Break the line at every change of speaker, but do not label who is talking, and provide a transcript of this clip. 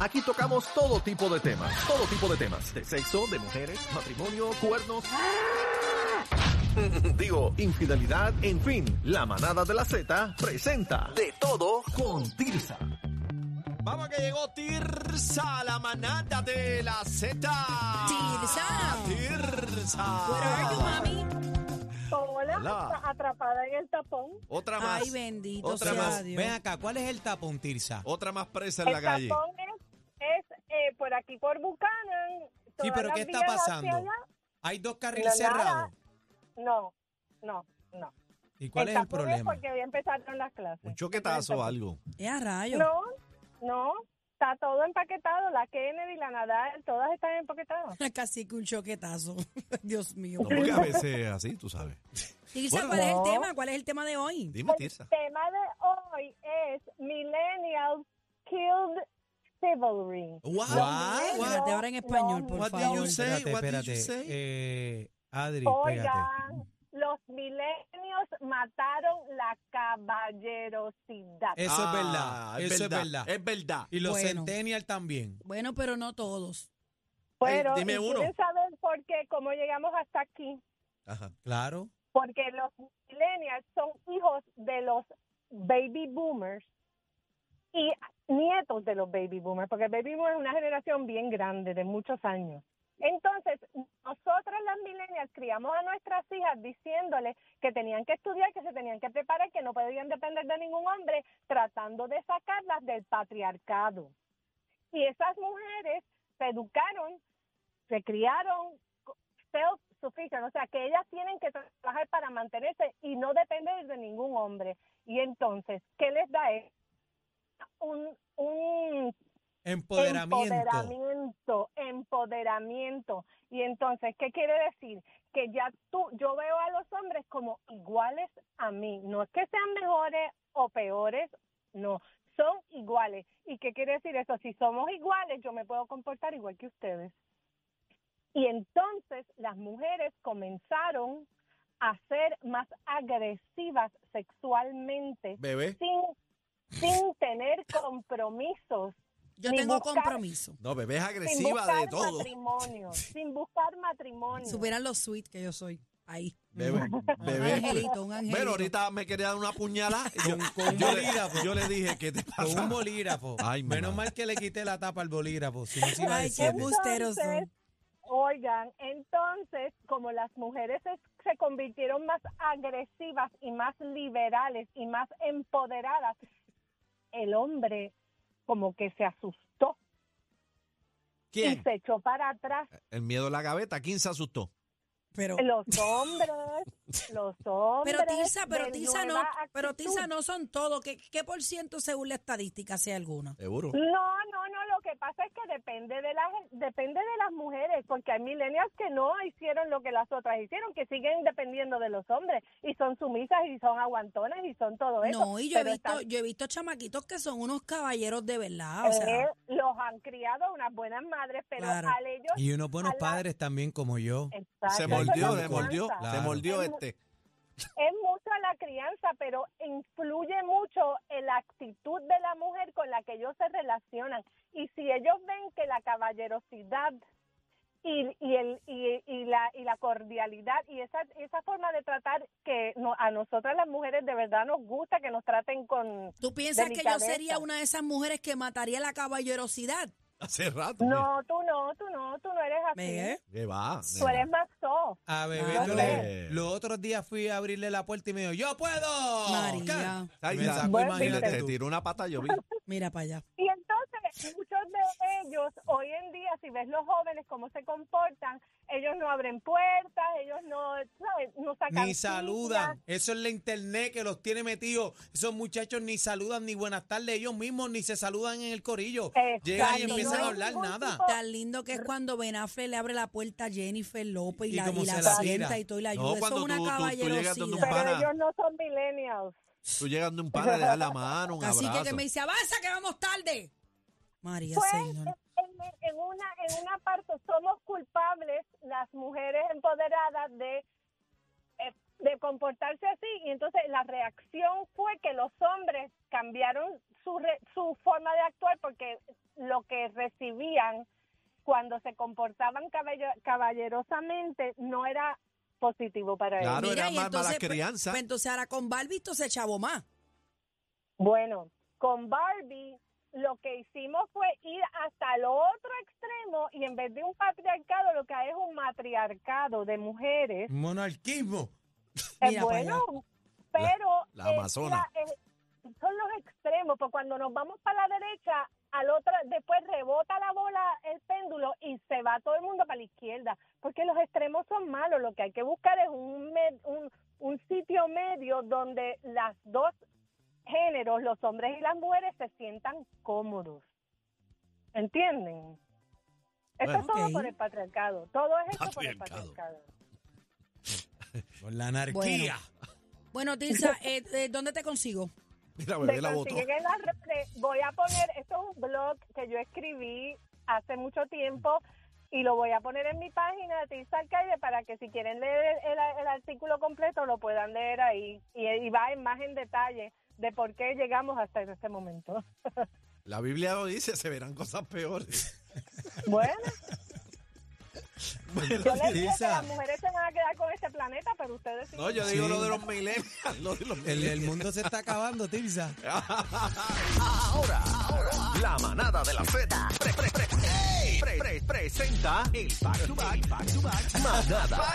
Aquí tocamos todo tipo de temas, todo tipo de temas, de sexo, de mujeres, matrimonio, cuernos, digo, infidelidad, en fin, la manada de la Z presenta de todo con Tirsa.
Vamos que llegó Tirsa, la manada de la Z.
Tirsa.
Tirsa.
Where are you, mami?
Hola,
Hola.
atrapada en el tapón.
Otra más.
Ay, bendito
Otra
sea
más.
Dios.
Ven acá, ¿cuál es el tapón, Tirsa?
Otra más presa en
El
la calle.
tapón es, es, eh, por aquí, por Buchanan.
Sí,
todas
pero
las
¿qué está
vías hacia
pasando?
allá.
Hay dos
No,
carriles
nada.
cerrados.
No, no, no.
¿Y cuál
el
es el
tapón
problema?
porque ya empezaron las clases.
Un choquetazo o algo.
Eh, a rayos.
No, no. Está todo empaquetado. La Kennedy, la Nadal, todas están empaquetadas.
Casi que un choquetazo. Dios mío.
No, porque a veces es así, tú sabes.
Tirsa,
Bueno.
¿cuál es el
No.
tema? ¿Cuál es el tema de hoy?
Dime,
El
Tirsa.
tema de hoy es Millennials Killed Chivalry.
What?
What?
Millennials
Espérate ahora en español,
no,
por
What
favor.
did you say?
Espérate,
What did you
espérate.
say?
Eh, Adri, espérate.
Oigan, los milenios mataron la caballerosidad.
Eso es
Ah,
verdad, eso es verdad.
Es verdad.
Y los
Bueno.
Centennial también.
Bueno, pero no todos.
Pero,
dime
¿y
uno.
¿quieren saber por qué, cómo llegamos hasta aquí?
Ajá.
Claro.
Porque los millennials son hijos de los baby boomers y nietos de los baby boomers, porque el baby boomer es una generación bien grande, de muchos años. Entonces, nosotras las millennials criamos a nuestras hijas diciéndoles que tenían que estudiar, que se tenían que preparar, que no podían depender de ningún hombre, tratando de sacarlas del patriarcado. Y esas mujeres se educaron, se criaron self-sufficient, o sea, que ellas tienen que trabajar para mantenerse y no depender de ningún hombre. Y entonces, ¿qué les da es un, un
Empoderamiento.
Empoderamiento, empoderamiento. Y entonces, ¿qué quiere decir? Que ya tú, yo veo a los hombres como iguales a mí. No es que sean mejores o peores, no, son iguales. ¿Y qué quiere decir eso? Si somos iguales, yo me puedo comportar igual que ustedes. Y entonces las mujeres comenzaron a ser más agresivas sexualmente
Bebé.
sin, sin tener compromisos
Yo
Ni
tengo
buscar-
compromiso.
No, bebé es
sin
agresiva
buscar
de todo.
matrimonio, sin buscar matrimonio.
Superan los sweet que yo soy. Ahí.
Bebé.
Un
Bebé.
angelito, un angelito.
Bueno, ahorita me quería dar una puñalada. y Yo,
con
yo le,
bolígrafo.
yo le dije, ¿qué te
Con
pasa?
un bolígrafo.
Ay, mi
Menos
madre.
mal que le quité la tapa al bolígrafo. Si no se iba a
Ay,
decir.
qué busteros son.
Entonces, Oigan, entonces, como las mujeres es- se convirtieron más agresivas y más liberales y más empoderadas, el hombre como que se asustó y
¿Quién?
se echó para atrás.
El miedo a la gaveta. ¿Quién se asustó?
Pero,
Los hombres, los hombres.
pero Tirsa, pero
de
Tirsa no,
nueva
pero Tirsa
actitud.
no son todos. ¿Qué, ¿Qué por ciento según la estadística, sea alguna?
Seguro.
No, no, no, lo que pasa es que depende de las depende de las mujeres, porque hay millennials que no hicieron lo que las otras hicieron, que siguen dependiendo de los hombres y son sumisas y son aguantonas y son todo eso.
No, y yo he
pero
visto,
están-
yo he visto chamaquitos que son unos caballeros de verdad. O sea,
eh, los han criado unas buenas madres, pero
Claro.
al ellos
Y unos buenos
a la-
padres también como yo.
Exacto, eso
Se
es la
mordió, se
crianza.
mordió, se
Claro.
mordió este.
Es mucho la crianza, pero influye mucho en la actitud de la mujer con la que ellos se relacionan. Y si ellos ven que la caballerosidad y, y el, y, y la, y la cordialidad y esa, esa forma de tratar que no- a nosotras las mujeres de verdad nos gusta que nos traten con...
¿Tú piensas que yo
delicadeza.
sería una de esas mujeres que mataría la caballerosidad?
Hace rato.
No, tú no, tú no, tú no eres así.
¿Eh?
¿Qué va?
Tú eres más soft.
A bebé,
Ah,
yo
hombre.
le- los otros días fui a abrirle la puerta y me dijo, ¡Yo puedo!
María.
¿Qué? Y me sacó,
Buen
imagínate
Te
tú.
tiró una pata, yo vi.
Mira para allá.
Y entonces, muchos de ellos, hoy en día, si ves los jóvenes cómo se comportan, ellos no abren puertas, ellos no, ¿sabes? no sacan.
Ni
sillas.
saludan. Eso es la internet que los tiene metidos. Esos muchachos ni saludan ni buenas tardes ellos mismos, ni se saludan en el corillo.
Exacto,
Llegan y
no
empiezan
hay
a hablar
ningún
nada.
tipo-
Tan lindo que es cuando Ben Affleck le abre la puerta a Jennifer López y,
Y
la,
como
y la
se la
sienta
tira.
y todo y la
No,
ayuda. Eso
cuando
es una
tú- tú- tú llegas donde
caballerosidad.
un
Pero
pana.
ellos no son millennials.
Tú llegas de un pana, le das la mano, un
Así que,
abrazo.
que me dice, avanza que vamos tarde. María
Pues,
Señor.
en, en una, en una parte, somos culpables las mujeres empoderadas de, eh, de comportarse así. Y entonces la reacción fue que los hombres cambiaron su, re- su forma de actuar porque lo que recibían cuando se comportaban caballo- caballerosamente no era positivo para ellos.
Claro, era
y
más mala
pues-
crianza.
pues entonces ahora con Barbie esto se chavo más.
Bueno, con Barbie lo que hicimos fue ir hasta el otro extremo y en vez de un patriarcado lo que hay es un matriarcado de mujeres.
Monarquismo.
Es
Mira pa'
bueno, pero
La- la
es
amazona.
la- es- son los extremos, porque cuando nos vamos para la derecha, al otro después rebota la bola el péndulo y se va todo el mundo para la izquierda, porque los extremos son malos, lo que hay que buscar es un med- un, un sitio medio donde las dos géneros, los hombres y las mujeres, se sientan cómodos. ¿Entienden? Esto
Bueno,
es todo
ok.
por el patriarcado. Todo es esto por el
Patriarcado.
patriarcado.
Por la anarquía.
Bueno, Tirsa, eh, eh, ¿dónde te consigo?
Mira,
Me
bebé la botó.
consiguen en las redes. Voy a poner, esto es un blog que yo escribí hace mucho tiempo y lo voy a poner en mi página de Tirsa Alcaide para que si quieren leer el, el- el artículo completo lo puedan leer ahí y, y va en más en detalle de por qué llegamos hasta este momento.
La Biblia lo dice, se verán cosas peores.
Bueno, yo les dije que
Tirsa.
las mujeres se van a quedar con este planeta, pero ustedes sí.
No, yo digo
Sí.
lo de los millennials, lo de los
El, el
millennials.
mundo se está acabando, Tirsa.
Ahora, ahora, la manada de la Z pre- pre- pre- pre- pre- presenta el back to back, back to back, manada.